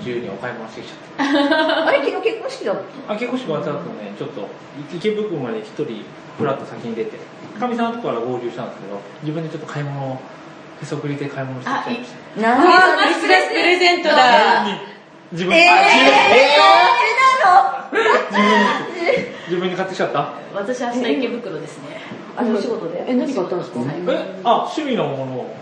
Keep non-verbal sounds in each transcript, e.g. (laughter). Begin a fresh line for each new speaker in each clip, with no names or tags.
自由にお買い物してきちゃった
あれ、昨日結婚式だった
あ結構し終わった後ねちょっと池袋まで一人ふらっと先に出てかみさんのとこから合流したんですけど自分でちょっと買い物をへそくりで買い物してきちゃいました
の。な
あクリスマスプレゼントだ
自分に自分
えー、え
に、あ
ー、
自
え
分に自分に買ってきちゃった
私明日池袋ですね。
なのあの、お仕事で。
え何買ったんですか
はい
えあ趣味のものを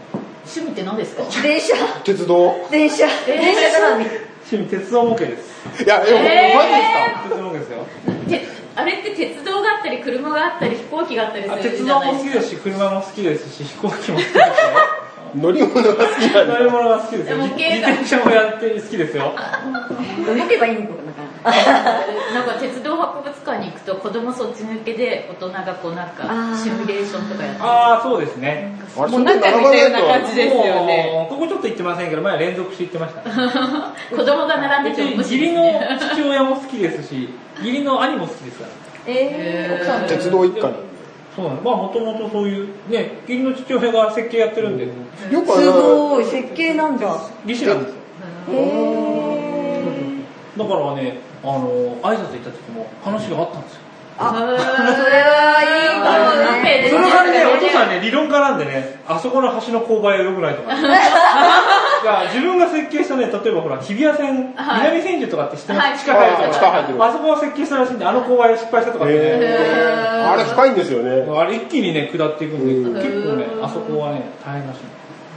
趣味って何ですか
電車、
鉄道
電車、電車絡み。
趣味鉄道模型です
いや、でも、
えー
マジですか
鉄道模型ですよ
て (laughs) あれって鉄道があったり、車があったり、飛行機があったり
あ
する
鉄
じゃ
道
ない
も
で
好き
すか。
ですし車も好きですし飛行機も好きですよ
乗り物が好きなん
乗り
だ。
物が好きですよ
(laughs) でも
自
模型が
転車もやって好きですよ
動けばいいのかな。
なんか鉄道博物館に行くと子供そっち向けで大人がこうなん
あー
かシミュレーションとかやって
ああそうですね
あれ
もうなんか似たような感じですよね。
もうここちょっと言ってませんけど前連続して言ってましたね
子供が並んでて面
義
白い
理
です
の
ね。
父親も好きですし義理の兄も好きですから
えー、奥さんと。
鉄道一家なんで。
そうなのまあもともとそういうね義理の父親が設計やってるんで
よくあ
す
の、
ごい、設計なんだ。
技師なんですよ
えー。
だからねあの挨拶行った時も話があったんですよ
あ、
そ
それはいいかもね。
ね
その代わりねお父さんね理論家なんでねあそこの橋の勾配は良くないと
(laughs)
かいや自分が設計したね例えばほら日比谷線
はい
南千住とかって知ってます、
はい
地下入る
あ地下入ってる
あそこは設計したらしいんであの勾配は失敗したとかってね、
えーあれ深いんですよね。
あれ一気にね下っていくんで
うん
結構ねあそこはね大変らしい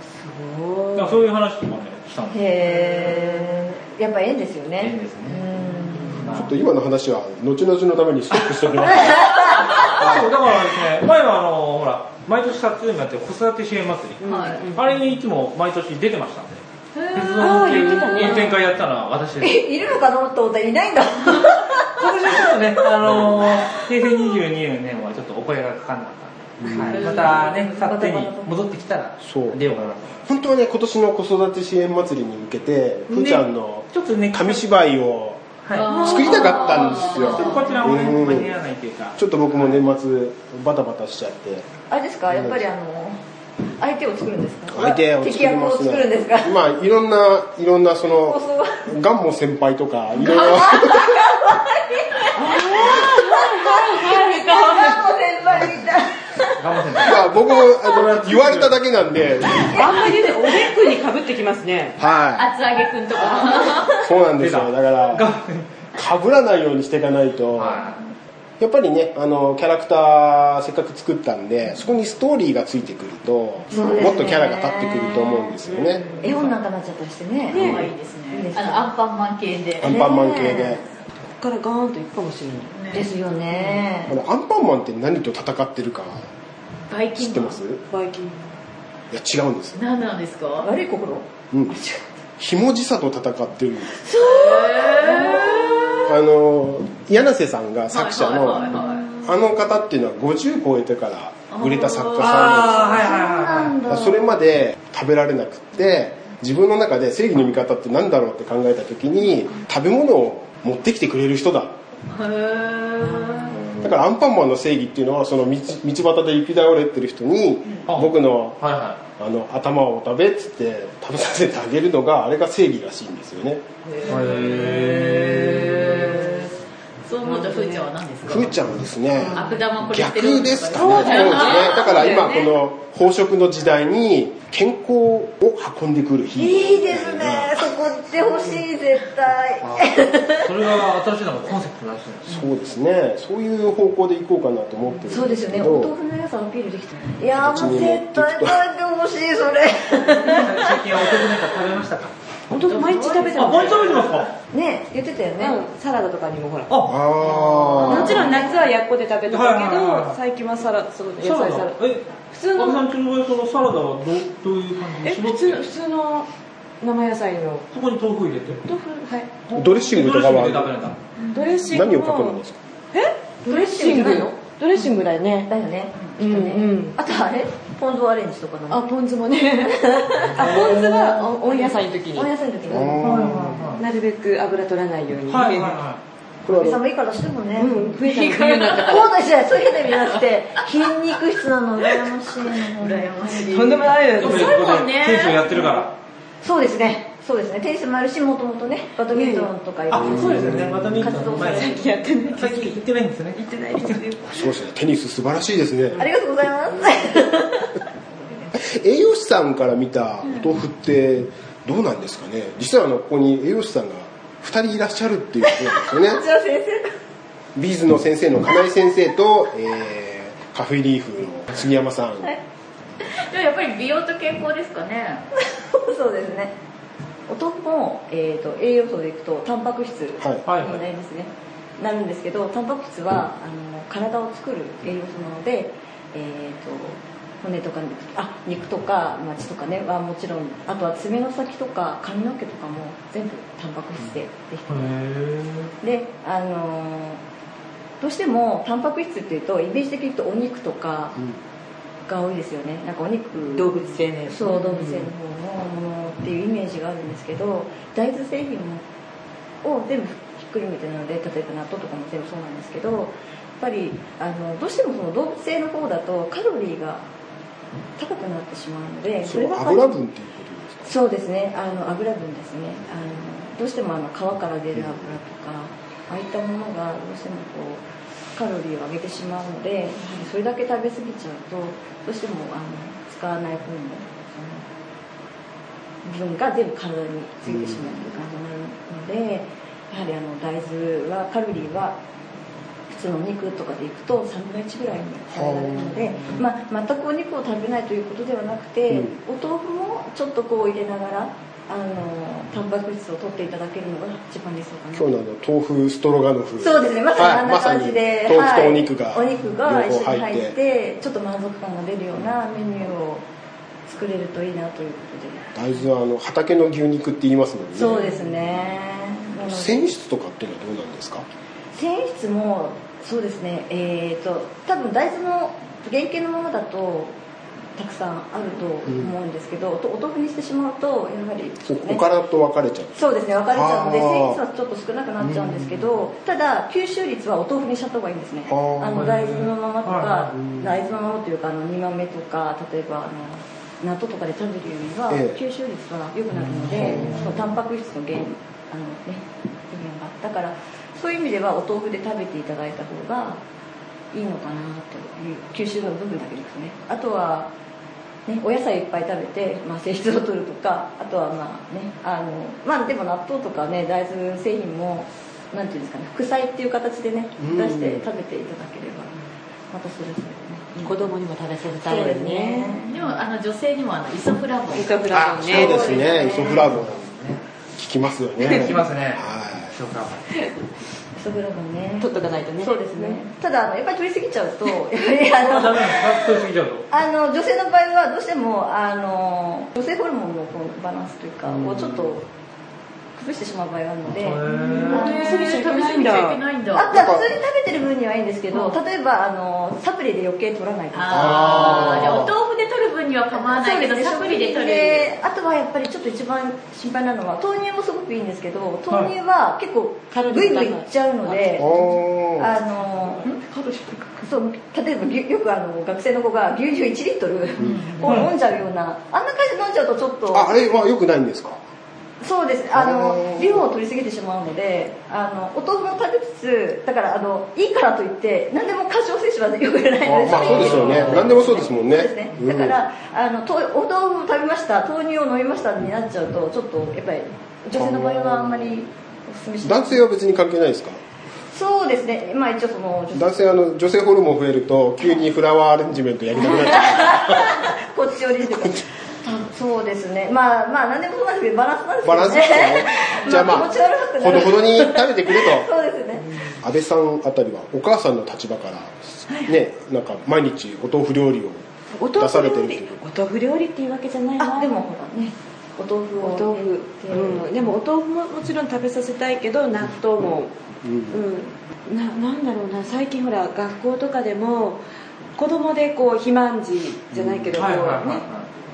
だからそういう話とかねしたんです
へー、やっぱ縁ですよね。
です
う
ね
ん。
ちょっと今の話は、後々のためにストップしておきます。
そうだからですね前はあのほら毎年撮影になって子育て支援祭り
はい
あれにいつも毎年出てましたんで鉄道
あー言ってたね
運転会やったのは私です
え、いるのかなと思ったらいないんだ。
今年はちょっとね、あのー、平成22年はちょっとお声がかかんなかったんで、はい、またね、勝手に戻ってきたら
そう
出ようかなと。
本当はね、今年の子育て支援祭りに向けて、ふーちゃんの
ちょっとね、
紙芝居を、
は
作りたかったんですよ
い。ちょっとこちらもね、
うん
間に合わないというか。
ちょっと僕も年末、バタバタしちゃって、
あれですか、やっぱりあの、相手を作るんですか
相手を
敵
作り
役
ま
を
す
作るんですか
まあ、いろんな、いろんな、
放
その、
送は。
ガンモ先輩とか、いろいろ、
ガンモ先輩みたい。
頑張ってね。
まあ、僕もあの言われただけなんで、
あんまりね、おでくにかぶってきますね。
は
厚揚げくんとか。
い。そうなんです
出た
よ。だから、かぶらないようにしていかないと、
は
やっぱりね、あの、キャラクターせっかく作ったんで、そこにストーリーがついてくると、
そうですね
もっとキャラが立ってくると思うんですよね。
絵本なんかなっちゃったりしてね。
可愛いですね。 (laughs) あの、アンパンマン系で
ア。ンパンマン系で
ね。
こっからガーンといくかもしれない。
ですよね
あ。のアンパンマンって何と戦ってるか
バイキン
知ってますい
バイキング。
や、違うんですよ。
何なんですか
悪い心
うん。ひもじさと戦ってるんです。
へ
あの、柳瀬さんが
ー
作者
はいはい
の、
はいはい
あの方っていうのは50超えてから売れた作家さん
ああ、はいはいはい。
なんですそれまで食べられなくって自分の中で正義の味方って何だろうって考えた時に食べ物を持ってきてくれる人だだからアンパンマンの正義っていうのはその道道端で行き倒れてる人に
うん
僕の
い。はいは
あの頭を食べっつって食べさせてあげるのがあれが正義らしいんですよね
い。へ
そう思うと、ふーちゃんは何ですか
ふーちゃんはですね
悪玉これってる
逆ですかねそうですねだから今この飽食の時代に健康を運んでくる日
いいですね。そこ行ってほしい、絶対。
ーそれが新しいのがコンセプトらしいんですよ。
そうですね、そういう方向で行こうかなと思ってるんですけ
(laughs) そうですよね。
ど
お豆腐の良さをアピールできた。いやーもう絶対食べてほしい、そ
最
れ。
近はお得なんか食べましたか
本当毎日食べて
あ、
ま
毎
す
日。食べてますか
(laughs) ね言ってたよね。
うん、サラダとかにもほら。
あ、
あ
もちろん夏はやっこで食べてたけ
はいはいは
ど
い、
最近はサラ、その野菜
サ
サ
ラ
ラ
ダ。え、
普通
おさ
の、
んちの場合そのサラダはどうどういう感じ
え、普通の、普通の生野菜の。
そこに豆腐入れて。
豆腐、はい。
ドレッシングとかは
ドレッシングで食べるんだ。
ドレッシン
ー
グ
何を書くんですすか
ドレッシングじゃないの
ドレッシングだよね。
だよね。
うんうん。
あとあれポンドアレンジとかな
あ、
の。
ポン酢もね。 (laughs) あ、ポン酢はお温野菜の時
お野
に。
菜の時
あ
は
に。
い
ー
は
なるべく油取らないように。
いはい。はいはいはい。
これはあの
寒いからしてもね。
うん、増えたの冬になったか
そうですね、そういう意味じゃなくて、筋肉質なの羨ましいの。
羨まし
ら。
い。
とんでもないよ
特に
ね。
ここ
そう
で
ね
店長やってるから。
そうですね。そうですねテニスもあるしもともとねバドミントンとかいろい
あ
ろ
そうですよねまたミントンの前
最近やってない
最近行ってないんですね
行ってないですよ
すごいですねテニス素晴らしいですね
ありがとうございます
栄養士さんから見たお豆腐ってどうなんですかね実はあのここに栄養士さんが2人いらっしゃるっていうことなんです
じ (laughs)
よね
ゃあ先生
ビーズの先生の金井先生と、えーカフェリーフの杉山さん、
はい
でもやっぱり美容と健康ですかね。
そうですねお豆腐も、えー、と栄養素でいくとタンパク質に
はい
はいはい
なりますね、なるんですけどタンパク質はあの体を作る栄養素なので、えー、と骨とか肉あ肉とか、まあ、血とかねはもちろんあとは爪の先とか髪の毛とかも全部タンパク質でできてます、であのどうしてもタンパク質っていうとイメージ的に言うとお肉とか
うん
が多いですよねなんかお肉
動物性のやつ
そう動物性の方のものっていうイメージがあるんですけど大豆製品を全部ひっくるめてなので例えば納豆とかも全部そうなんですけどやっぱりあのどうしてもその動物性の方だとカロリーが高くなってしまうので
そ
れ
れ
が
は油分っていうことですか
そうですねあの油分ですねあのどうしてもあの皮から出る油とかああいったものがどうしてもこうカロリーを上げてしまうのでやはりそれだけ食べ過ぎちゃうとどうしてもあの使わない分のその分が全部体についてしまうという感じになるのでやはりあの大豆はカロリーは普通のお肉とかでいくと3分の1ぐらいに食べられるので、まあ、全くお肉を食べないということではなくて、
うん
お豆腐もちょっとこう入れながらあのタンパク質を取っていただけるのが一番理想かな
今日のあの豆腐ストロガノフ
そうですねまさにあんな感じで、
はいまさに
はい
豆腐とお肉が
お肉が一緒に
両方入
入
っ
っててちょっと満足感が出るようなメニューを作れるといいなということで。
大豆はあの畑の牛肉って言いますもんね
そうですね。なので
繊維質とかっていうのはどうなんですか
繊維質もそうですね。えっ、と多分大豆の原型のものだとたくさんあると思うんですけど、とお豆腐にしてしまうとやはりちょっと
おからと分かれちゃう
そうですね分かれちゃうので
あー
繊維質はちょっと少なくなっちゃうんですけど、ただ吸収率はお豆腐にしちゃった方がいいんですね
あー
あの大豆のままとか
はいはい
大豆のままというかあの煮豆とか例えばあの納豆とかで食べるよりは
ええ
吸収率は良くなるので、そのタンパク質の原あの、ね、原がだからそういう意味ではお豆腐で食べていただいた方がいいのかなという吸収の部分だけですねあとはね、お野菜いっぱい食べて、まあ、性質を取るとかあとはまあねあのまあでも納豆とかね大豆製品もなんていうんですかね副菜っていう形でね
うん
出して食べていただければまたそれぞれね
子供にも食べさせた
そう
い
で
よ
す
ね
ね
でもあの女性にもあのイソフラボン。
イカフラボンね
そうですねイ
そ
ソ
うですね
フラボン聞きますよね
聞きますね
は
そうか
イソフラボンね
取っとかないとね
そうですねただあのやっぱり取りすぎちゃ (laughs) うとやっぱりあの
ダメなんですか取りすぎちゃうと
あの女性の場合はどうしてもあの女性ホルモンのこのバランスというか
うん
をちょっと崩してしまう場合があるので、
へー
あの
食べ過ぎちゃいけないん
食べ過ぎち
だ
ゃいけないん
あ
だ。
とは普通に食べてる分にはいいんですけど、例えばあのサプリで余計取らないと
あ
あー
あ、じゃあお豆腐で取る分には構わないけど、サプリで取る。
あとはやっぱりちょっと一番心配なのは豆乳もすごくいいんですけど豆乳は結構グイグイいっちゃうの
い
で、
おー
あのそう例えばぎゅよくあの学生の子が牛乳1リットルを飲んじゃうようなあんな感じで飲んじゃうとちょっと
ああれは良くないんですか
そうですあ
あ
の
ー
量を取りすぎてしまうのであのお豆腐も食べつつだからあのいいからといって何でも過剰摂取はよくないので
あまあそうですよね何でもそうですもんね
そうですね
うん
だから、あのとお豆腐を食べました豆乳を飲みましたになっちゃうとちょっとやっぱり女性の場合はあんまりおすすめしない
男性は別に関係ないですか
そうですねまあ一応その女性
男性あの女性ホルモン増えると急にフラワーアレンジメントやりたくなっちゃ
こっち寄りというか
(laughs)
そうですねまあまあ何でもそうなんですけどバランスなんです (laughs)
う
けど
バランスですよねじゃあま
気持ち悪くな
あ
る
ほどほどに食べてくれと
そうですね
安倍さんあたりはお母さんの立場からねなんか毎日お豆腐料理を
お
出され
豆
て
腐料
るとい
理
う
お豆腐料理っていうわけじゃないな
あでもほらねお豆腐
お
をね
豆腐、うん、でもお豆腐ももちろん食べさせたいけど納豆も、
うん
うん、ななんだろうな最近ほら学校とかでも子供でこう肥満児じゃないけど、こ
は
う
い
ね
はいはいはい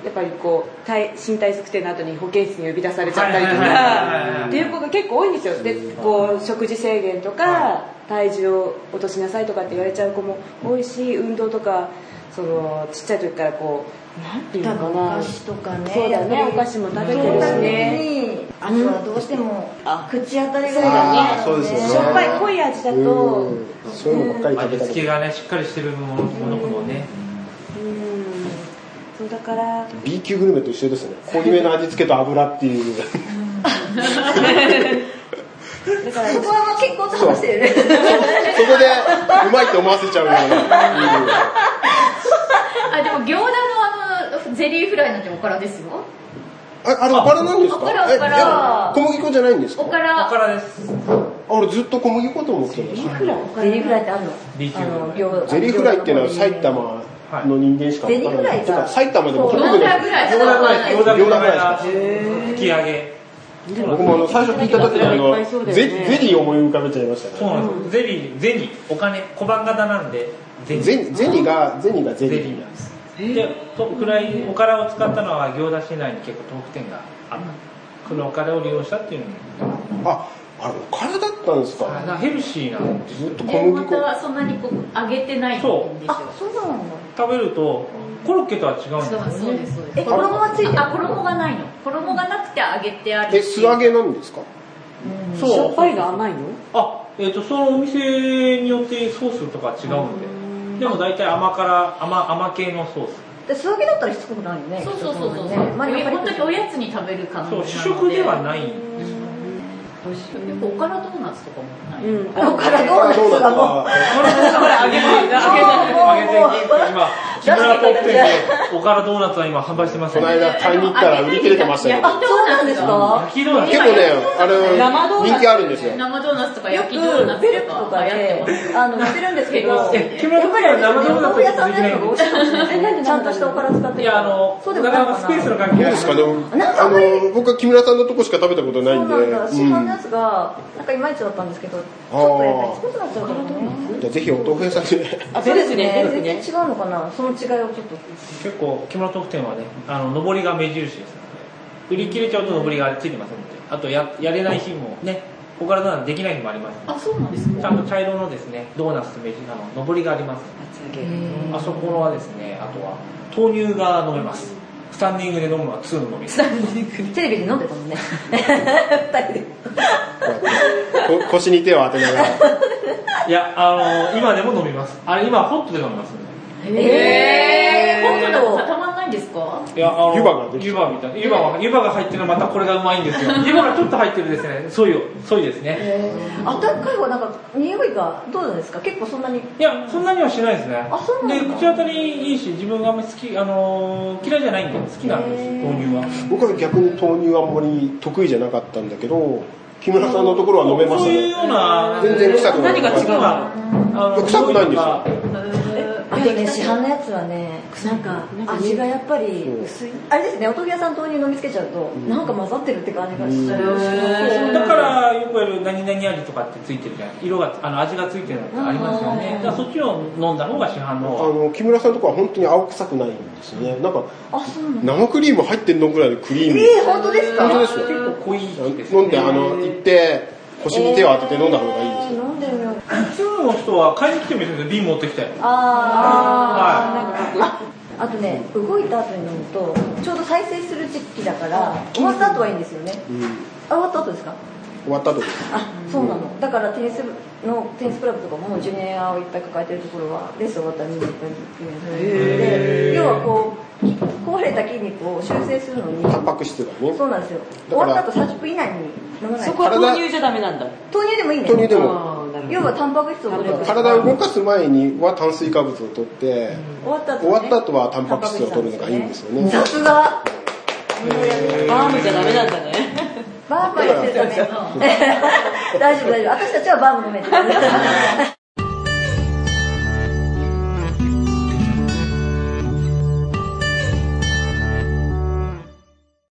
やっぱりこう体身体測定の後に保健室に呼び出されちゃったり
はい
と
はいはいはいは
か
い
っていう子が結構多いんですよでこう食事制限とか、
は
体重を落としなさいとかって言われちゃう子も多いし運動とかそのちっちゃい時からこうなんていうのかな
お菓子とかね
そうだね
やっぱり
お菓子も食べてるしね
そのためにあとはどうしても、
あ
口当たりがいい
あーそうですよね
しょっぱい濃い味だと
うんそういうのばっかり食べ
味
たく
付け
て
がね、しっかりしてるものものをね、
うんそうだから
B 級グルメと一緒ですね濃いめの味付けと油っていう
だから
そこはまあ結構楽しいよね
そこでうまいって思わせちゃうような
あでも餃子のあのゼリーフライなんておからですよ
ああれおからなんですか
おからおから
えいや小麦粉じゃないんですか
お
こ
か
こ
ら
からです。
あ俺ずっと小麦粉と思ってました
いくら
ゼリーフライってあるの
B 級
あの餃子
ゼリーフライっていうのは埼玉の人間しかわからな。
はいい
てか埼玉でも
ゼ
全
リ
餃
ー
子ぐら
国でも。
餃子ぐら
い
い、餃子ぐらい
餃
な
子
かき揚げ。
僕もあの最初聞いた時にあ
いっぱいそう
の
だよ
ゼ
ね
ゼリーを思い浮かべちゃいました
そう
ね。
なんです。ゼリー、ゼニー、お金、小判型なんで、ゼニー。
ゼゼリーがゼリーがゼ
ゼ
リ
リ
ー
ーなんです。で、とくらいおからを使ったのは餃子市内に結構豆腐店があった。このおからを利用したっていうのに。
あ、あれおからだったんです
あ
か。
なヘルシーな
ずっと小
えま
麦粉。
たそんなにこう揚げてないんですよ
あそうなんだ
食べるとコロッケとは違うんです
そ
よ
うそう
ね
ですそうです
え衣はついてる
あ衣がないの衣がなくて揚げてある
え素揚げなんですか。
うん
そう
しょっぱいが甘いの
あえっ、とそのお店によってソースとか違うんででも大体甘辛甘甘系のソース
で素揚げだったらしつこくないよね
そうそうそうそう、
ね
ま
ま
あ、
あやっぱり
本当におやつに食べる感じ
そ
な
う
ので
主食ではないんですよ
美味しい
結構おからドーナツとかもない、
うん
おからどうな
そうだ
んだも
った
う
ら。
これもこれ揚げていた揚げていた今木村ポップ店でおからドーナツは今販売してます
こ
ね
の間買いに行ったら売り切れてましたけど。
あ
そうなんですか
焼きドーナ
結
ツ
構ねあれ人気あるんですよ。
生ドーナツとか
よ
焼きドーナ
く
ツ
ベルク
と
と
か
か
やって
で
ます
あの売ってるんですけどやっぱり
え木村ポップ店は生ドーナツ
豆腐屋さんの
できない
やつの方
ん
が美味しいかもしれないちゃんとしたおから使ってる
でいやあの
そうでも
な
ない
かな
の
かス
かな
ペースの関係
どう
が
ですかね。
なん
あ
かあんまり
の僕は木村さんのとこしか食べたことないんで。
そうなんだ市販のや
うん
つがなんかいまいちだったんですけどちょっとやっぱり少なくなっちゃうからね
じゃあぜひお豆腐屋さんで。 (laughs)
あ
そうです
ベ
ね
ルク
全然
ね
違うのかなその違いをちょっと
結構木村特典はねあの上りが目印ですので売り切れちゃうと上りがついてますのであとややれない日もねここからドーナツできない日もあります
あそうなんです
ち
か
ゃんと茶色のですねドーナツと目印の上りがありますあそこのはですねあとは豆乳が飲めますスタンディングで飲むのは2の飲みです
(laughs) テレビで飲んでたもんね二人で
こうやってこ腰に手を当てながら。
いやあの今でも飲みますあれ今ホットで飲みますね
えー
本当だ固まんないんですか
いやあの
湯葉ができた
湯葉みたいな湯葉は湯葉が入ってるのまたこれがうまいんですよ湯葉がちょっと入ってるですねそういうそうですね
あったかい方なんか匂いがどうなんですか結構そんなに
いやそんなにはしないですね
あそうなん
で
だ
口当たりいいし自分があんまり好き、あのー嫌いじゃないんで好きなんです豆乳は
僕は逆に豆乳あんまり得意じゃなかったんだけど木村さんのところは飲めまし
そ
た
ういうよ
ね
うな
全然臭くな
何
い
が違うのあの
臭くないんですよ
そういうのが
あとね市販のやつはねなんか味がやっぱり薄いあれですねお豆腐屋さん豆乳飲みつけちゃうとなんか混ざってるって感じがしちゃう
そうだからよくやる何々味とかってついてるじゃない色があの味がついてるのってありますよねだからそっちを飲んだ方が市販
あ
の方が
の木村さんのところは本当に青臭くないんですねなんか
あそうなの
生クリーム入ってんのぐらいのクリーム
えー、本当ですか
本当です
結
よ
構濃いですね
飲んであの行って腰に手を当てて飲んだ方がいいです
えー
よ
飲んでみよう
普通の人は買いに来てもいいですけど瓶持ってきて
あ
は
ーああとね動いた後に飲むとちょうど再生する時期だから終わった後はいいんですよね
うん
あ終わった後ですか
終わった後で
あそうなのだからテニス部のテニスクラブとかもジュニアをいっぱい抱えてるところはレース終わったらみんな行ったりっていうのをやって
へー
で要はこう壊れた筋肉を修正するのに
タンパク質がね
そうなんですよ
だ
終
から
わった後30分以内に飲まない
そこは豆乳じゃダメなんだ
豆乳でもいいんだ
豆乳
よ
でも
あーなるほど
要はタンパク質を取れば
体を動かす前には炭水化物を取って
終わった後、
終わった後はタンパク質を取るのがいいんですよね
さすが
バームじゃダメなんだね
(laughs) バーバーやってたね大丈夫大丈夫私たちはバーム飲めてる